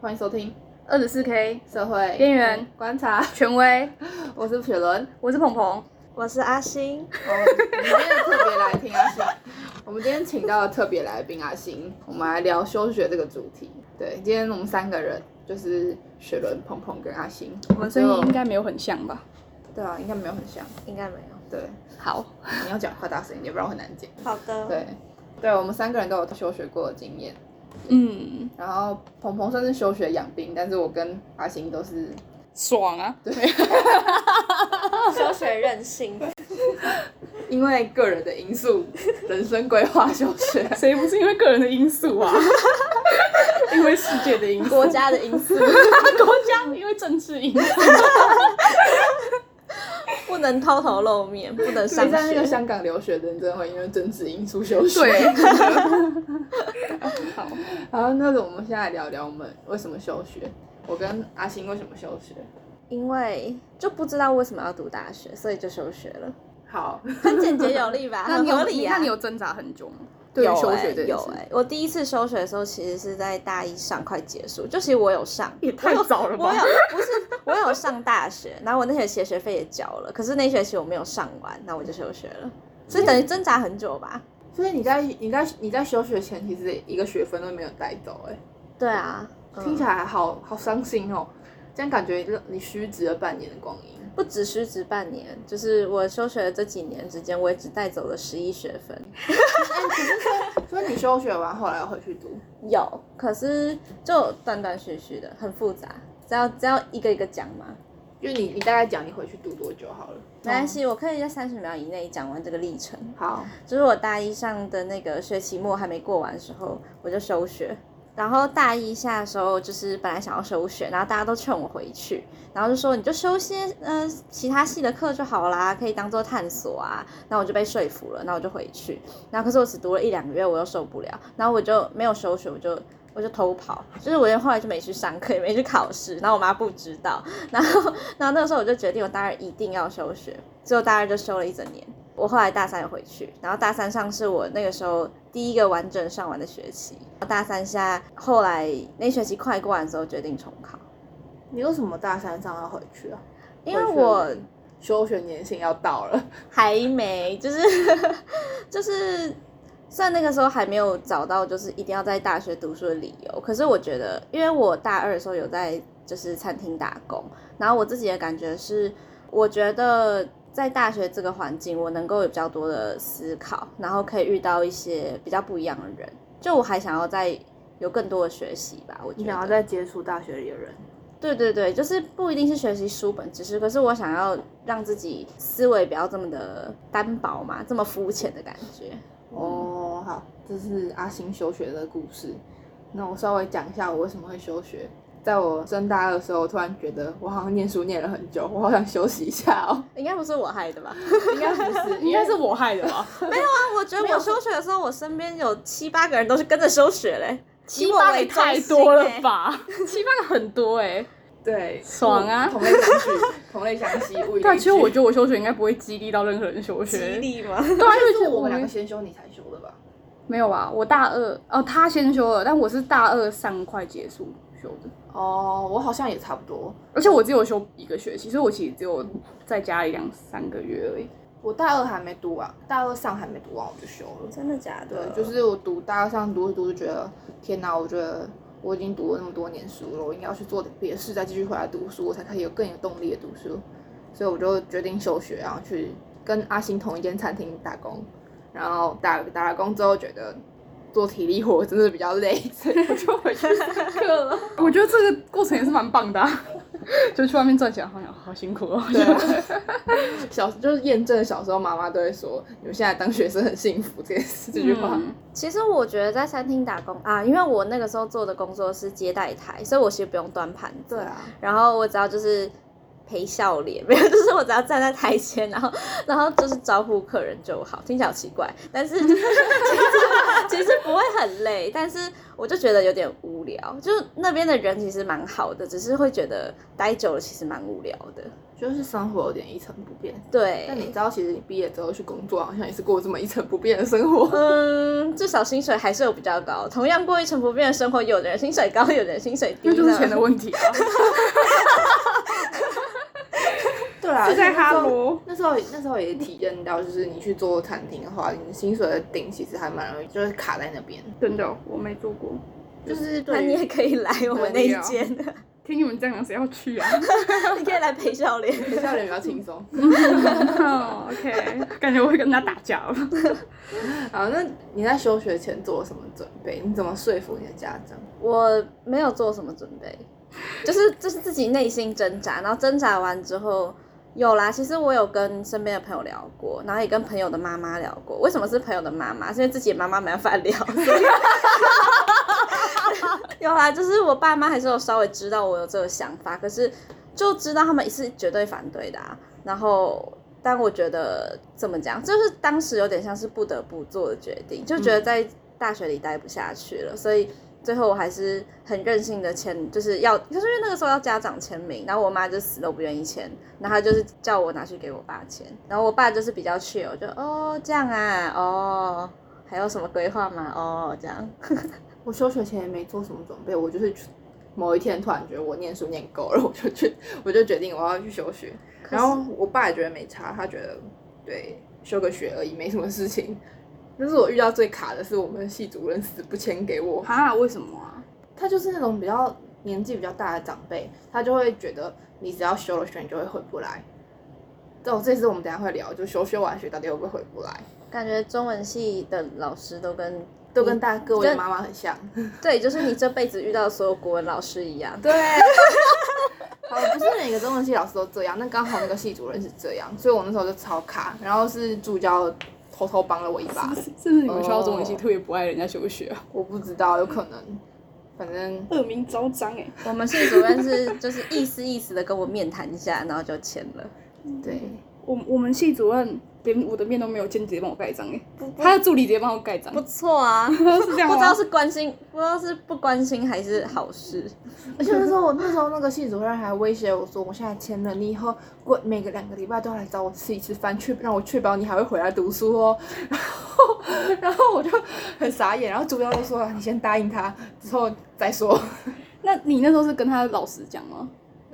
欢迎收听二十四 K 社会边缘观察， 权威，我是雪伦。 我是鹏鹏。我是阿星，我们今天的特别来宾阿星，我们今天请到的特别来宾阿星，我们来聊休学这个主题。对，今天我们三个人就是雪伦、鹏鹏跟阿星，我们声音应该没有很像吧？对啊，应该没有很像。应该没有。对，好，你要讲话大声一点，不然我很难 讲。好的，对，对，我们三个人都有休学过的经验。嗯，然后鹏鹏算是休学养病，但是我跟阿星都是爽啊！对，休学哦任性，因为个人的因 素，人生规划休学。谁不是因为个人的因素 啊？因为世界的因 素，国家的因素国家，因为政治因素。 不能抛头露面，不能上你在那个学。香港留学的人，真的会因为政治因素休学。对， 好， 好，那我们现在聊聊我们为什么休学。我跟阿星为什么休学？因为就不知道为什么要读大学，所以就休学了，好，很简洁有力吧，那很你有合理啊呀、那你有挣扎很久吗？对于有休哎、学这件有事哎、我第一次休学的时候，其实是在大一上快结束，就其实我有上，也太早了吧我有我有不是我有上大学，然后我那学期的学费也交了，可是那学期我没有上完，那我就休学了，所以等于挣扎很久吧。所以你在你在你在休学前，其实一个学分都没有带走、对啊，哎，嗯听起来好好伤心哦。这样感觉你虚值了半年的光阴。不止失职半年，就是我休学的这几年之间，我也只带走了十一学分。所以你休学完后来又回去读，有，可是就断断续续的，很复杂。只要只要一个一个讲嘛，就是你你大概讲你回去读多久好了？没关系，我可以在三十秒以内讲完这个历程。好，就是我大一上的那个学期末还没过完的时候，我就休学。然后大一下的时候，就是本来想要休学，然后大家都劝我回去，然后就说你就修些呃其他系的课就好啦，可以当做探索啊。那我就被说服了，那我就回去。然后可是我只读了一两个月，我又受不了，然后我就没有休学，我就我就偷跑，就是我后来就没去上课，也没去考试，然后我妈不知道， 然后然后那个时候我就决定我大二一定要休学，所以我大二就休了一整年。我后来大三也回去，然后大三上是我那个时候第一个完整上完的学期，大三下后来那学期快过完之后决定重考，你为什么大三上要回去啊？因为我回去了休学年限要到了，还没，就是 就是，虽然那个时候还没有找到就是一定要在大学读书的理由，可是我觉得，因为我大二的时候有在就是餐厅打工，然后我自己的感觉是，我觉得在大学这个环境，我能够有比较多的思考，然后可以遇到一些比较不一样的人，就我还想要再有更多的学习吧，我觉得。接触大学里的人。对对对，就是不一定是学习书本知识，可是我想要让自己思维不要这么的单薄嘛，这么肤浅的感觉。哦，好，这是阿星休学的故事。那我稍微讲一下我为什么会休学。在我升大二的时候，我突然觉得我好像念书念了很久，我好想休息一下哦。应该不是我害 的吧？应该不 是，应该是我害的吧？啊，我觉得我休学的时候，我身边有七八个人都是跟着休学嘞，以七我八为个中太心多了欸？吧？七八个很多哎，对爽啊同类相聚，同类相吸，物以但类其实聚。我觉得我休学应该不会激励到任何人休激学。励吗？对啊，就是因为我们两个先休，你才休的吧？没有啊，我大二哦，他先休了，但我是大二上快结束休的，哦，我好像也差不多。而且我只有休一个学期，所以我其实只有在家里两三个月而已。我大二还没读完，大二上还没读完我就休了。 真的假的？对，就是我读大二上读一读就觉得，天哪！我觉得我已经读了那么多年书了，我应该要去做点别的事，再继续回来读书，我才可以有更有动力的读书。所以我就决定休学，然后去跟阿星同一间餐厅打工。然后打打了工之后，觉得做体力活真的比较累，所以我就回去上课了。我觉得这个过程也是蛮棒的、啊， 就去外面赚钱，好像好辛苦哦。对啊，小就是验证小时候妈妈都会说，你们现在当学生很幸福这件事这句话。嗯其实我觉得在餐厅打工啊，因为我那个时候做的工作是接待台，所以我其实不用端盘子。对啊，然后我只要就是陪笑脸，没有，就是我只要站在台前，然后然后就是招呼客人就好，听起来好奇怪，但是 就是其实其实不会很累，但是我就觉得有点无聊，就是那边的人其实蛮好的，只是会觉得待久了其实蛮无聊的。就是生活有点一成不变。但你对知，道，其实你毕业之后去工作，好像也是过这么一成不变的生活。嗯，至少薪水还是有比较高。同样过一成不变的生活，有的人薪水高，有的人薪水低，那就是这样钱的问题啊， 对啊 就在哈哈罗。那时候那时候也体验到，就是你去做餐厅的话，你的薪水的顶其实还蛮容易，就是卡在那边。真的，我没做过。就是啊那嗯对你 也于，可以来我们那一间，听你们这样讲，谁要去啊 你可以来陪笑脸。学校人比较轻 松。哦？OK，感觉我会跟他打架哦 了。好，那你在休学前做了什么准备？你怎么说服你的家长？我没有做什么准备， 就是就是自己内心挣扎，然后挣扎完之后。有啦，其实我有跟身边的朋友聊过，然后也跟朋友的妈妈聊过。为什么是朋友的妈妈？是因为自己的妈妈没办法聊。 所以有啦，就是我爸妈还是有稍微知道我有这个想法，可是就知道他们是绝对反对的、啊。然后，但我觉得怎么讲，就是当时有点像是不得不做的决定，就觉得在大学里待不下去了，所以最后我还是很任性的签，就是要，就是因为那个时候要家长签名，然后我妈就死都不愿意签，然后她就是叫我拿去给我爸签，然后我爸就是比较 chill，就哦这样啊，哦还有什么规划吗？哦这样，我休学前也没做什么准备，我就是某一天突然觉得我念书念够了，我就去，我就决定我要去休学。可是然后我爸也觉得没差，他觉得对休个学而已，没什么事情。但是我遇到最卡的是我们系主任死不签给我，哈？为什么啊？他就是那种比较年纪比较大的长辈，他就会觉得你只要休了学，你就会回不来。这种这次我们等一下会聊，就休学完学到底会不会回不来，感觉中文系的老师都跟都跟大各位这的妈妈很像。对，就是你这辈子遇到的所有国文老师一样，对， 好，不是每个中文系老师都这样，那刚好那个系主任是这样，所以我那时候就超卡，然后是助教偷偷帮了我一把，是不是你们学校中文系特别不爱人家休学啊？我不知道，有可能，反正恶名昭彰哎！我们系主任是就是意思意思的跟我面谈一下，然后就签了。对，我我们系主任连我的面都没有见，直接帮我盖章哎！他的助理直接帮我盖章，不错啊，是这样不吗？ 知道是关心，不知道是不关心还是好事。而且那时候我那时候那个系主任还威胁我说，我现在签了，你以后过每个两个礼拜都要来找我吃一次饭，确让我确保你还会回来读书哦。 然后然后我就很傻眼，然后助教就说啊你先答应他，之后再说。 那你那时候是跟他老师讲吗？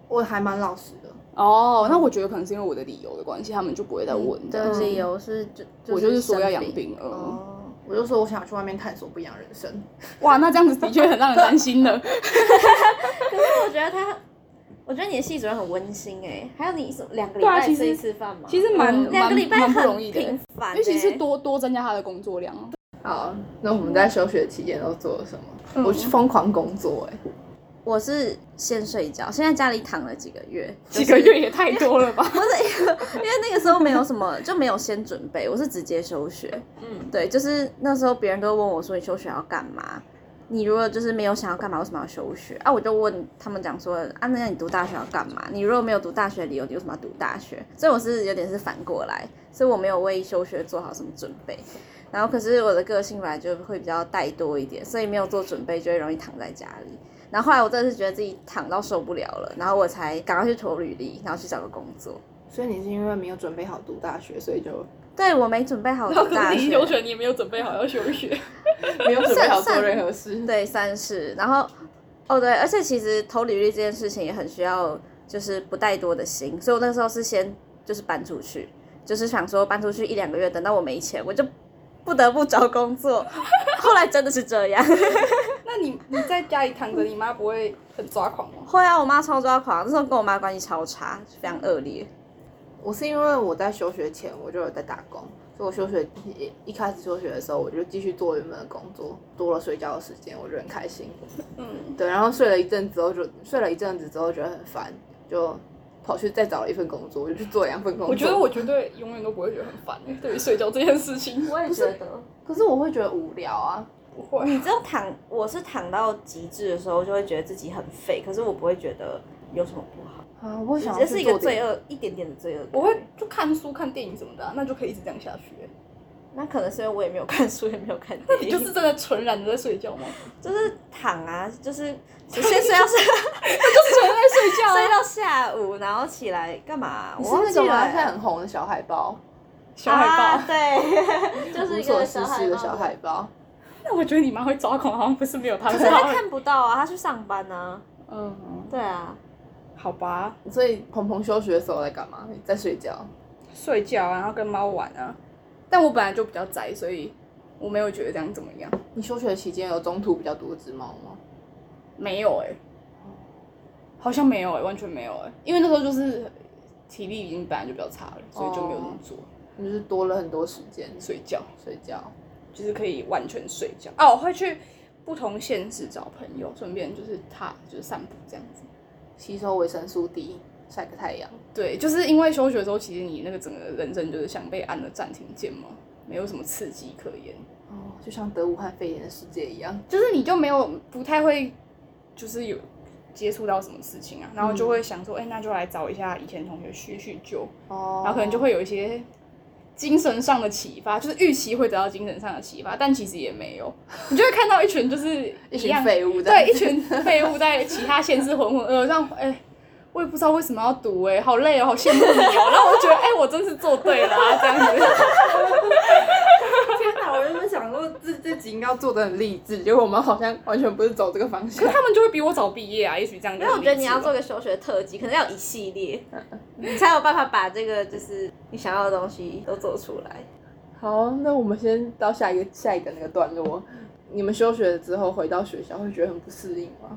我还蛮老实的，哦，那我觉得可能是因为我的理由的关系，他们就不会再问这的样子。理由是就嗯我就是说要养生病了。哦，嗯我就说我想去外面探索不一样的人生。哇，那这样子的确很让人担心 了。可是我觉得他，我觉得你的系主任很温馨哎、还有你什么两个礼对啊拜其实吃一次饭吗？其实蛮嗯两个礼拜蛮很蛮不容易的频繁、欸，尤其是多多增加他的工作量。啊好，那我们在休学期间都做了什么？嗯我是疯狂工作、哎，我是先睡觉，现在家里躺了几个月，几个月也太多了 吧？不是因为因为那个时候没有什么，就没有先准备，我是直接休学。嗯，对，就是那时候别人都问我说你休学要干嘛？你如果就是没有想要干嘛，为什么要休学啊？我就问他们讲说啊，那你读大学要干嘛？你如果没有读大学的理由，你为什么要读大学？所以我是有点是反过来，所以我没有为休学做好什么准备。然后可是我的个性本来就会比较怠惰一点，所以没有做准备就会容易躺在家里。然后后来我真的是觉得自己躺到受不了了，然后我才赶快去投履历，然后去找个工作。所以你是因为没有准备好读大学，所以 就对我没准备 好读大学，学，你也没有准备好要休学。没有准备好算做任何事。对，算是。然后，哦对，而且其实投履历这件事情也很需要，就是不带多的心，所以我那时候是先就是搬出去，就是想说搬出去一两个月，等到我没钱，我就不得不找工作。 后来真的是这样， 那你你在家里躺着，你妈不会很抓狂吗？会啊，我妈超抓狂，那时候跟我妈关系超差，非常恶劣。我是因为我在休学前我就有在打工，所以我休学一一开始休学的时候，我就继续做原本的工作，多了睡觉的时间，我就很开心。嗯，对，然后睡了一阵子之后就睡了一阵子之后觉得很烦，就跑去再找了一份工作，我就去做两份工作。我觉得我绝对永远都不会觉得很烦、欸、对于睡觉这件事情，我也觉得，可是我会觉得无聊啊。不会。你只有躺，我是躺到极致的时候，就会觉得自己很废，可是我不会觉得有什么不好，啊，我想这要是去一个做点罪恶，一点点的罪恶感。我会就看书、看电影什么的啊、那就可以一直这样下去、欸。那可能是因为我也没有看书，也没有看那电你影，就是真的纯然的在睡觉吗？ 就是躺啊，就是先睡到睡，纯在睡觉 睡啊。到下午，然后起来干嘛？你我是忘那记个了吗？欸。现在很红的小海豹，小海 啊豹，对， 就是无一所个事事小海的豹。小海豹。那我觉得你妈会抓狂，好像不是没有她可的是事。他看不到啊，他去上班呢、嗯，对啊，好吧，所以鹏鹏休学的时候在干嘛？在睡觉。睡觉啊，然后跟猫玩啊。但我本来就比较宅，所以我没有觉得这样怎么样。你休学期间有中途比较多只猫吗？没有哎、好像没有哎、完全没有哎、因为那时候就是体力已经本来就比较差了，所以就没有那么做、你就是多了很多时间睡觉，睡觉。就是可以完全睡觉。哦、我会去不同县市找朋友，顺便就是踏就是散步这样子。吸收维生素 D，晒个太阳。对，就是因为休学的时候，其实你那个整个人生就是像被按了暂停键嘛，没有什么刺激可言，哦，就像得武汉肺炎的世界一样。就是你就没有不太会，就是有接触到什么事情啊，然后就会想说，哎、那就来找一下以前同学叙叙旧，哦然后 可能就会有一些精神上的启发，就是预期会得到精神上的启发，但其实也没有，你就会看到一群就是一样群废物这样子。对，一群废物在其他县市浑浑噩噩，让哎、我也不知道为什么要读哎、好累哦，好羡慕你哦。然后我就觉得哎、我真是做对了啊，这样子。天哪！我原本想说这这集应该要做的很励志，结果我们好像完全不是走这个方可向是。他们就会比我早毕业啊，也许这样就因很为我觉得你励志要做吧个休学特辑，可能要有一系列，嗯你才有办法把这个就是你想要的东西都做出来。 好，那我们先到下一个下一个那个段落。你们休学了之后回到学校，会觉得很不适应吗？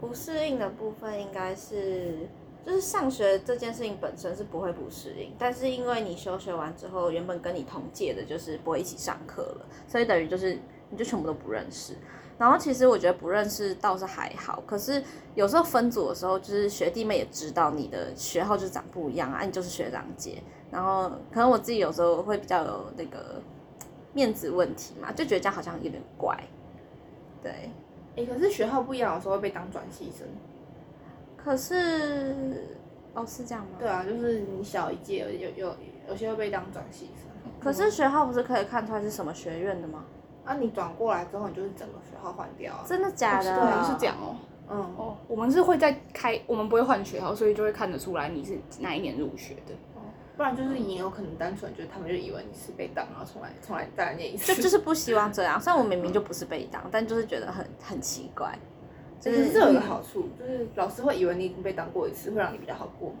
不适应的部分应该是，就是上学这件事情本身是不会不适应，但是因为你休学完之后，原本跟你同届的就是不会一起上课了，所以等于就是你就全部都不认识。然后其实我觉得不认识倒是还好，可是有时候分组的时候，就是学弟妹也知道你的学号就长不一样啊，你就是学长姐。然后可能我自己有时候会比较有那个面子问题嘛，就觉得这样好像有点怪，对。哎、可是学号不一样，有时候会被当转系生。可是，哦，是这样吗？。啊，就是你小一届，有有有些会被当转系生。可是学号不是可以看出来是什么学院的吗？啊，你转过来之后，你就是整个学号换掉啊。真的假的？对啊，是这样。哦。嗯，哦，我们是会在开，我们不会换学校，所以就会看得出来你是哪一年入学的。不然就是也有可能单纯就是他们就以为你是被当，然后重来重来再来念一次。就就是不希望这样， 虽然我明明就不是被当，但就是觉得很很奇哎怪。 可就是是这 有个好处，就是老师会以为你已经被当过一次，会让你比较好过。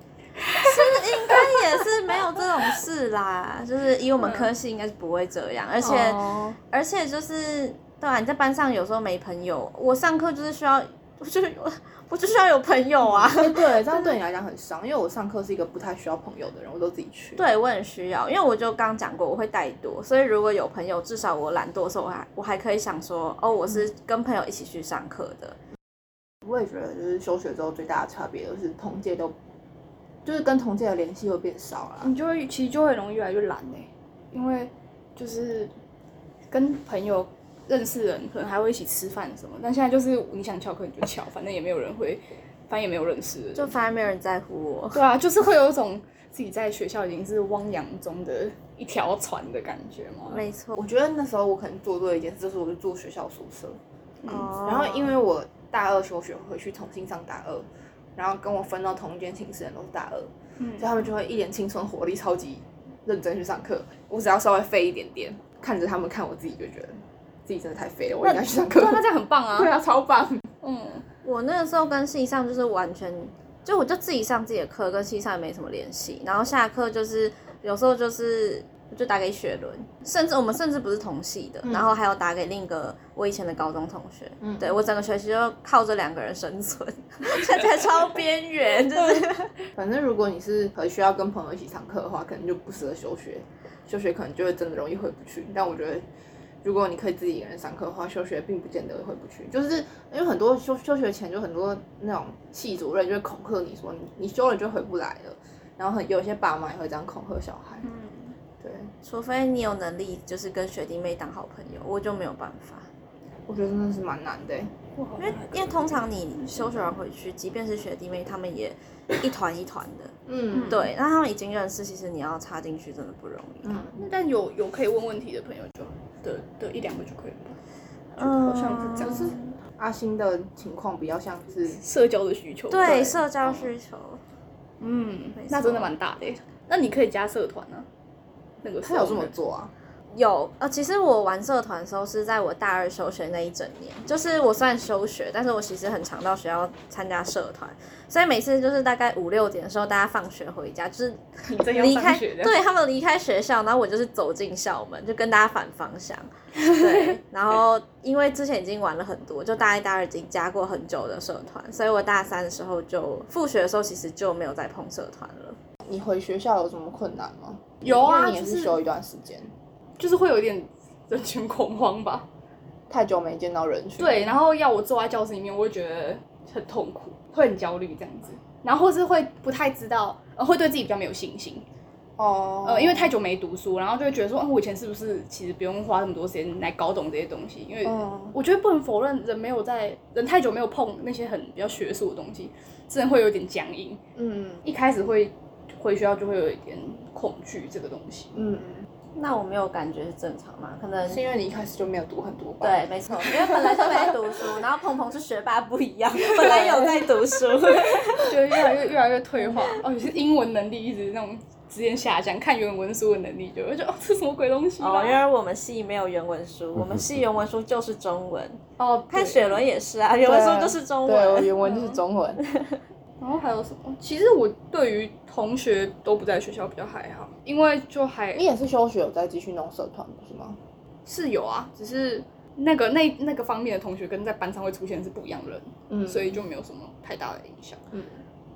应该也是没有这种事 啦，就是以我们科系应该是不会这样，而且、哦而且就是对啊，你在班上有时候没朋友，我上课就是需要， 我就是我就需要有朋友 啊。哎 对，这样对你来讲很伤，因为我上课是一个不太需要朋友的人，我都自己去。，对我很需要，因为我就刚讲过我会怠惰，所以如果有朋友，至少我懒惰的时候，我还我还可以想说，哦，我嗯是跟朋友一起去上课的。我也觉得就是休学之后最大的差别就是同届都，就是跟同届的联系会变少了。嗯你就会其实就会容易越来越懒哎、因为就是跟朋友认识人，可能还会一起吃饭什么，但现在就是你想翘课你就翘，反正也没有人会，反正也没有认识的人，就发现没有人在乎我。对啊，就是会有一种自己在学校已经是汪洋中的一条船的感觉嗯嘛。没错，我觉得那时候我可能做对一件事，就是我就住学校宿舍，哦嗯然后因为我大二休学回去重新上大二，然后跟我分到同一间寝室的人都是大二，嗯所以他们就会一脸青春活力，超级认真去上课。我只要稍微废一点点，看着他们看我自己，就觉得自己真的太废了，我应该去上课对。啊，那这样很棒啊。对啊， 超棒！嗯，我那个时候跟系上就是完全，就我就自己上自己的课，跟系上也没什么联系。然后下课就是有时候就是我就打给雪伦，甚至我们甚至不是同系的，然后还有打给另一个我以前的高中同学。嗯对我整个学期就靠这两个人生存， 看起来超边缘，就是。反正如果你是呃需要跟朋友一起上课的话，可能就不适合休学，休学可能就会真的容易回不去。但我觉得，如果你可以自己一个人上课的话，休学并不见得回不去，就是因为很多休休学前就很多那种系主任就会恐吓你说你你休了就回不来了，然后很有些爸妈也会这样恐吓小孩。嗯嗯对，除非你有能力，就是跟学弟妹当好朋友，我就没有办法。我觉得真的是蛮难的欸。因因为因为通常你休学完回去，即便是学弟妹，他们也一团一团的。嗯，对，那他们已经认识，其实你要插进去真的不容易。嗯，但有有可以问问题的朋友就的的一两个就可以了吧，嗯，好像是这样子阿星的情况比较像是社交的需求。对对社交嗯需求，哦嗯没，那错真的蛮大的耶。那你可以加社团啊，那个他有这社么团做啊？有，呃，其实我玩社团的时候是在我大二休学那一整年，就是我虽然休学，但是我其实很常到学校参加社团，所以每次就是大概五六点的时候，大家放学回家，就是你真要离上开，学的，对他们离开学校，然后我就是走进校门，就跟大家反方向。 对，然后因为之前已经玩了很多，就大一、大二已经加过很久的社团，所以我大三的时候就复学的时候，其实就没有再碰社团了。你回学校有什么困难吗？有啊因为你也就是是休一段时间，就是会有一点人群恐慌吧。太久没见到人群，对，然后要我坐在教室里面，我会觉得很痛苦，会很焦虑这样子，然后或是会不太知道，呃，会对自己比较没有信心，哦，呃，因为太久没读书，然后就会觉得说，哦、我以前是不是其实不用花那么多时间来搞懂这些东西？因为嗯，我觉得不能否认，人没有在人太久没有碰那些很比较学术的东西，真的会有点僵硬。嗯一开始会回学校就会有一点恐惧这个东 西。嗯，那我没有感觉是正常嘛？可能是因为你一开始就没有读很多吧？，对，没错，因为本来就没在读书，然后鹏鹏是学霸不一样，本来有在读书，就越来越越来越退化。哦，也是英文能力一直那种直线下降，看原文书的能力就，我就觉得哦，这什么鬼东西 哦，因啦？为我们系没有原文书，我们系原文书就是中 文，哦，看对雪伦也是啊，原文书就是中对，我文，原文就是中 文，然后还有什么？其实我对于同学都不在学校比较还好，因为就还你也是休学有再继续弄社团不是吗？是有啊，只是那个那那个方面的同学跟在班上会出现是不一样的人，嗯，所以就没有什么太大的影响。 嗯，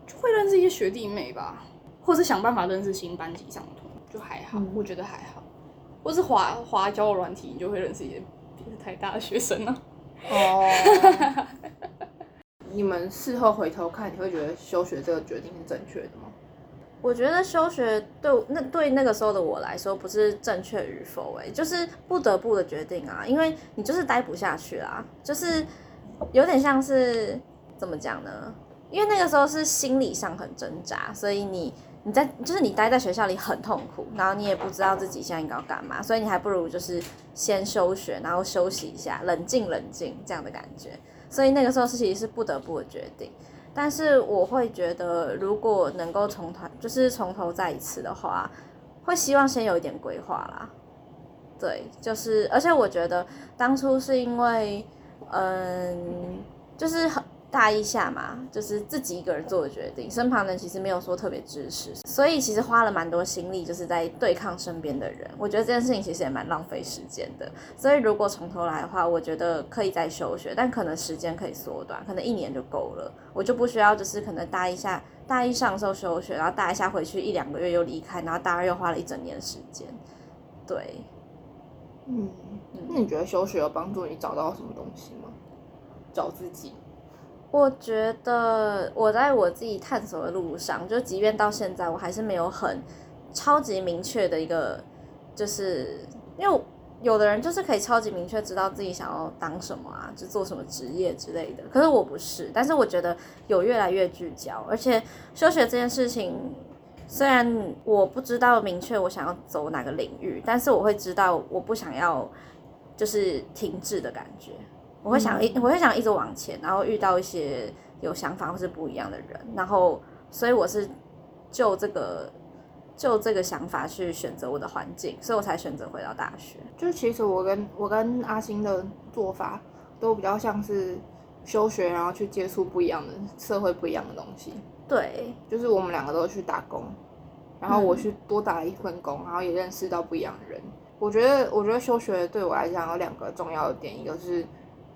就会认识一些学弟妹吧，或是想办法认识新班级上的同学，就还好，嗯我觉得还好。或是滑滑交友软体，你就会认识一些别的台大的学生啊。哦。你们事后回头看，你会觉得休学这个决定是正确的吗？我觉得休学对我那对那个时候的我来说，不是正确与否、欸，就是不得不的决定啊，因为你就是待不下去啦，就是有点像是怎么讲呢？因为那个时候是心理上很挣扎，所以你你在就是你待在学校里很痛苦，然后你也不知道自己现在应该要干嘛，所以你还不如就是先休学，然后休息一下，冷静冷静这样的感觉。所以那个时候是其实是不得不的决定。但是我会觉得，如果能够从团，就是从头再一次的话，会希望先有一点规划啦。对，就是，而且我觉得当初是因为，嗯，就是很大一下嘛，就是自己一个人做的决定，身旁人其实没有说特别支持，所以其实花了蛮多心力，就是在对抗身边的人。我觉得这件事情其实也蛮浪费时间的，所以如果从头来的话，我觉得可以再休学，但可能时间可以缩短，可能一年就够了。我就不需要就是可能大一下大一上的时候休学，然后大一下回去一两个月又离开，然后大二又花了一整年的时间。对，嗯，那你觉得休学有帮助你找到什么东西吗？找自己，我觉得我在我自己探索的路上，就即便到现在，我还是没有很超级明确的一个，就是因为有的人就是可以超级明确知道自己想要当什么啊，就做什么职业之类的。可是我不是，但是我觉得有越来越聚焦，而且休学这件事情，虽然我不知道明确我想要走哪个领域，但是我会知道我不想要就是停滞的感觉。我会想一，我会想一直往前，然后遇到一些有想法或是不一样的人，然后所以我是就这个就这个想法去选择我的环境，所以我才选择回到大学。就是其实我跟我跟阿星的做法都比较像是休学，然后去接触不一样的社会、不一样的东西。对，就是我们两个都去打工，然后我嗯去多打了一份工，然后也认识到不一样的人。我觉得，我觉得休学对我来讲有两个重要的点，一个是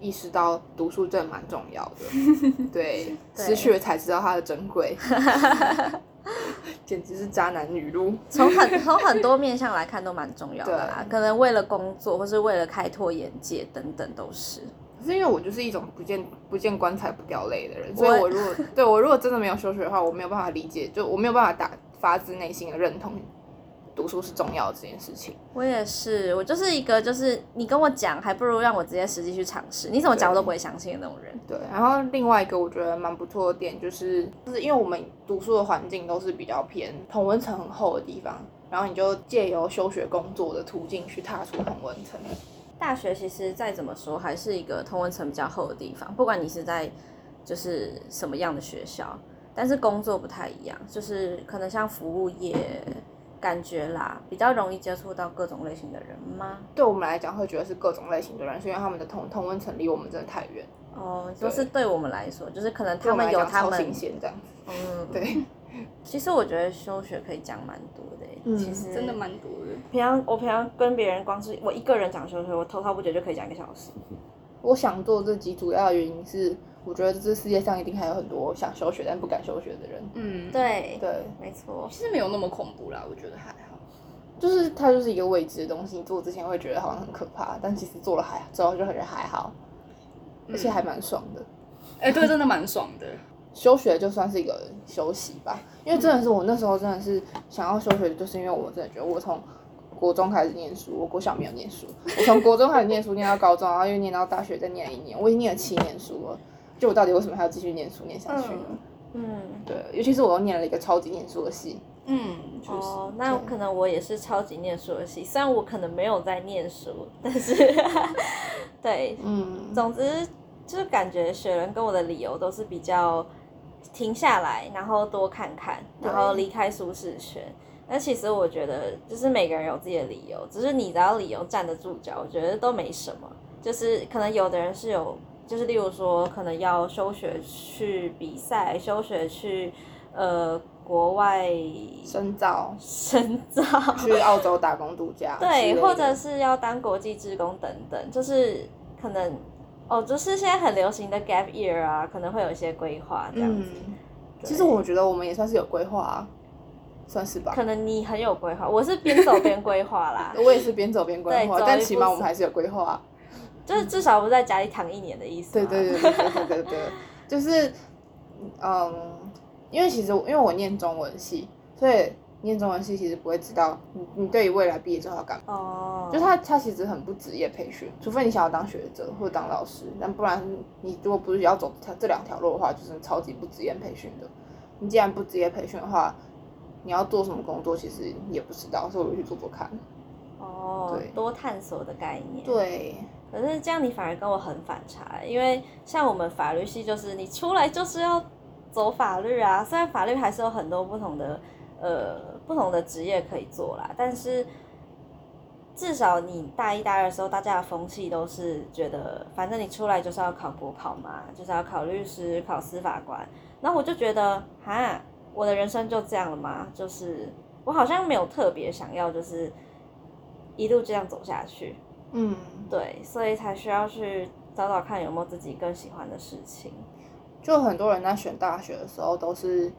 意识到读书真的蛮重要 的，对，对失去了才知道它的珍 贵，简直是渣男语录。从很从很多面向来看都蛮重要的啦，可能为了工作或是为了开拓眼界等等都是。可是因为我就是一种不见不见棺材不掉泪的人，所以我我如果 对我如果真的没有休学的话，我没有办法理解，就我没有办法打发自内心的认同读书是重要的这件事情。我也是，我就是一个就是你跟我讲，还不如让我直接实际去尝试，你怎么讲我都不会相信的那种人。对，然后另外一个我觉得蛮不错的点就是，就是因为我们读书的环境都是比较偏同温层很厚的地方，然后你就借由休学工作的途径去踏出同温层，大学其实再怎么说还是一个同文层比较厚的地方，不管你是在就是什么样的学校，但是工作不太一样，就是可能像服务业，感觉啦比较容易接触到各种类型的人吗？对我们来讲会觉得是各种类型的人，是因为他们的同同温层离我们真的太远，哦，对就是对我们来说，就是可能对他我们们来有讲他超们新，鲜这样子。嗯，对。其实我觉得休学可以讲蛮多的欸、嗯其实真的蛮多的。平常我平常跟别人光是我一个人讲休学，我滔滔不绝就可以讲一个小时。我想做这集主要的原因是，我觉得这世界上一定还有很多想休学但不敢休学的人。嗯，，对，对，没错。其实没有那么恐怖啦，我觉得还好。就是它就是一个未知的东西，你做之前会觉得好像很可怕，但其实做了还之后就觉得还好，而且还蛮爽的。哎、对，真的蛮爽的。休学就算是一个休息吧，因为真的是我那时候真的是想要休学，就是因为我真的觉得我从国中开始念书，我国小没有念书，我从国中开始念书念到高中，然后又念到大学，再念了一年，我已经念了七年书了，就我到底为什么还要继续念书念下去呢？嗯嗯，对，尤其是我又念了一个超级念书的系，嗯，就是、哦，那对可能我也是超级念书的系，虽然我可能没有在念书，但是 对，嗯，总之就是感觉雪人跟我的理由都是比较停下来，然后多看看，对然后离开舒适圈。那其实我觉得，就是每个人有自己的理由，只是你只要理由站得住脚，我觉得都没什么。就是可能有的人是有，就是例如说，可能要休学去比赛，休学去呃国外深造深 造，去澳洲打工度假之类的，对，或者是要当国际职工等等，就是可能哦，就是现在很流行的 gap year 啊，可能会有一些规划这样子。嗯，对其实我觉得我们也算是有规划、啊，算是吧。，可能你很有规划，我是边走边规划啦 我也是边走边规对走划一，步但起码我们还是有规划啊。就是至少不在家里躺一年的意思啊对嘛。对对对对对对对，就是，嗯，因为其实因为我念中文系，所以念中文系其实不会知道你你对于未来毕业之后要干嘛。哦，就他他其实很不职业培训，除非你想要当学者或者当老师，但不然你如果不是要走这条这两条路的话，就是超级不职业培训的。你既然不职业培训的话，你要做什么工作其实也不知道，所以我就去做做看。哦对，多探索的概念。对，可是这样你反而跟我很反差，因为像我们法律系就是你出来就是要走法律啊，虽然法律还是有很多不同的呃不同的职业可以做啦，但是至少你大一大二的时候，大家的风气都是觉得，反正你出来就是要考国考嘛，就是要考律师、考司法官。然后我就觉得，哈，我的人生就这样了吗？就是我好像没有特别想要，就是一路这样走下去。嗯，对，所以才需要去找找看有没有自己更喜欢的事情。就很多人在选大学的时候都是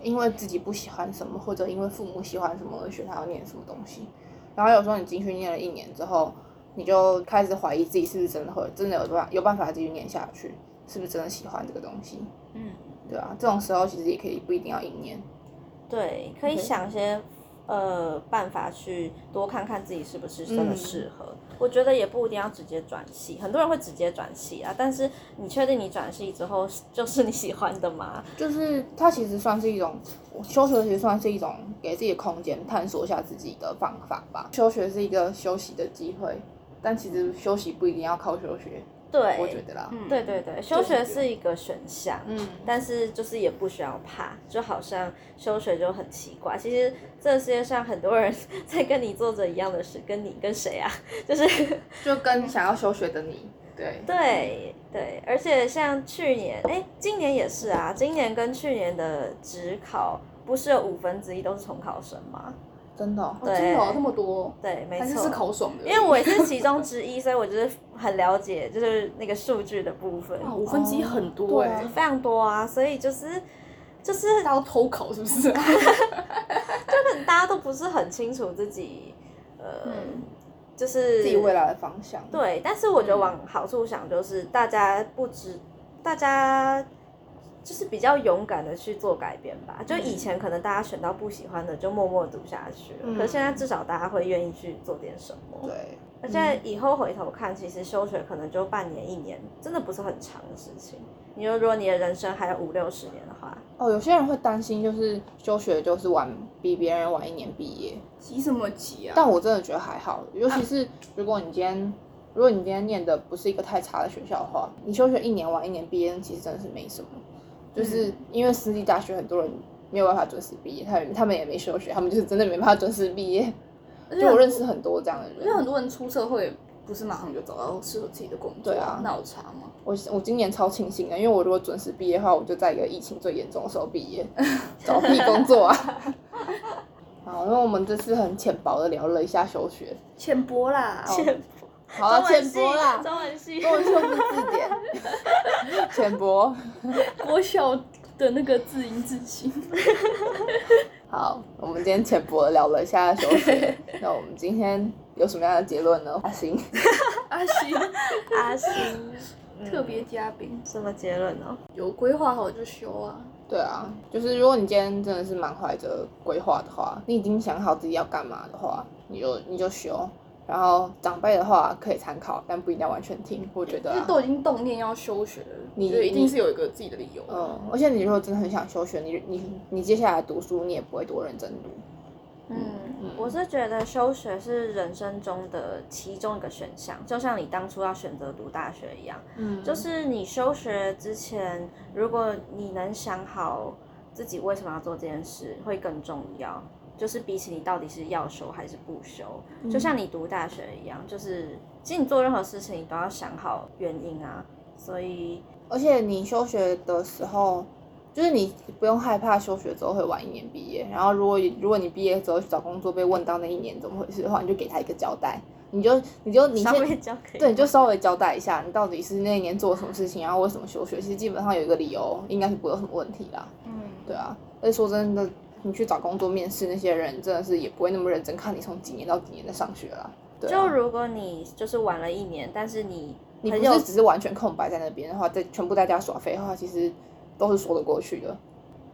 因为自己不喜欢什么，或者因为父母喜欢什么而选他要念什么东西。然后有时候你进去念了一年之后，你就开始怀疑自己是不是真的会真的有办有办法继续念下去，是不是真的喜欢这个东西，嗯，对啊，这种时候其实也可以不一定要一年，对，可以 OK 想一些呃办法去多看看自己是不是真的嗯适合。我觉得也不一定要直接转系，很多人会直接转系啊，但是你确定你转系之后是就是你喜欢的吗？就是它其实算是一种休学，其实算是一种给自己的空间探索一下自己的方法吧。休学是一个休息的机会，但其实休息不一定要靠休学，对，我觉得啦，嗯对对对，休学是一个选项，嗯但是就是也不需要怕，就好像休学就很奇怪。其实这世界上很多人 在跟你做着一样的事，跟你跟谁啊？就是就跟想要休学的你，对对对，而且像去年，哎，今年也是啊，今年跟去年的职考不是有五分之一都是重考生吗？真的哦、哦，对真的、哦、这么多哦，对，没还是错，是考爽的，因为我也是其中之一，所以我就是很了解，就是那个数据的部分。哇，五分之一很多对哎、啊非常多啊，所以就是就是大家都偷考是不 是？很大家都不是很清楚自己呃，嗯就是自己未来的方向，对，但是我觉得往好处想，就是大家不知，大家就是比较勇敢的去做改变吧。就以前可能大家选到不喜欢的，就默默读下去了。嗯可现在至少大家会愿意去做点什么。对，而且以后回头看，其实休学可能就半年、一年，真的不是很长的事情。你说，如果你的人生还有五六十年的话，哦，有些人会担心，就是休学就是晚比别人晚一年毕业，急什么急啊？但我真的觉得还好，尤其是如果你今天如果你今天念的不是一个太差的学校的话，你休学一年晚一年毕业，其实真的是没什么。就是因为私立大学很多人没有办法准时毕业，他们他们也没休学，他们就是真的没办法准时毕业。而就我认识很多这样的因为很人，多人出社会不是马上就找到适合自己的工作，对啊那有差吗？我我今年超庆幸的，因为我如果准时毕业的话，我就在一个疫情最严重的时候毕业，找屁工作啊！好，因为我们这次很浅薄的聊了一下休学，浅薄啦，浅好了，浅薄啦，中文系中文系又不是字典，浅薄。国小的那个字音字形。好，我们今天浅薄的聊了一下休学， 那我们今天有什么样的结论呢？阿星，阿西阿星特别嘉宾 什么结论哦？有规划好就修啊，对啊，就是如果你今天真的是满怀着规划的话，你已经想好自己要干嘛的话，你就你就修。然后长辈的话可以参考，但不一定要完全听，我觉得、就是啊。都已经动念要休学了，你我觉得一定是有一个自己的理由。嗯，而且你如果真的很想休学，你你你接下来读书你也不会多认真读。嗯，我是觉得休学是人生中的其中一个选项，就像你当初要选择读大学一样，嗯，就是你休学之前，如果你能想好自己为什么要做这件事，会更重要。就是比起你到底是要休还是不休，嗯就像你读大学一样，就是其实你做任何事情，你都要想好原因啊。所以，而且你休学的时候，就是你不用害怕休学之后会晚一年毕业。然后如果如果你毕业之后去找工作被问到那一年怎么回事的话，你就给他一个交代，你就你就你稍微先交给对，你就稍微交代一下，你到底是那一年做了什么事情，然后为什么休学。其实基本上有一个理由，应该是不会有什么问题啦。嗯，对啊，而且说真的，你去找工作面试，那些人真的是也不会那么认真看你从几年到几年的上学啦。对啊、就如果你就是晚了一年，但是你你很不有是只是完全空白在那边的话，在全部在家耍废的话，其实都是说得过去的。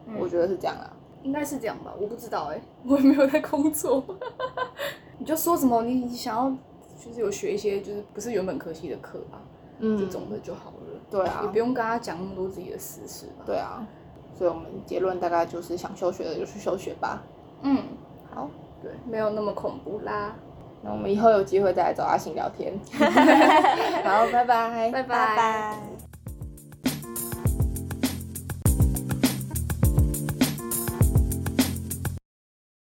嗯我觉得是这样啦。应该是这样吧，我不知道哎、 我也没有在工作。 你就说什么你你想要，就是有学一些就是不是原本科系的课啊，嗯这种的就好了。对也啊不，用跟他讲那么多自己的私事吧。对，啊，所以我们结论大概就是想休学的就去休学吧。嗯，好，对，没有那么恐怖啦。那 我们以后有机会再来找阿信聊天。好，拜拜，拜拜拜。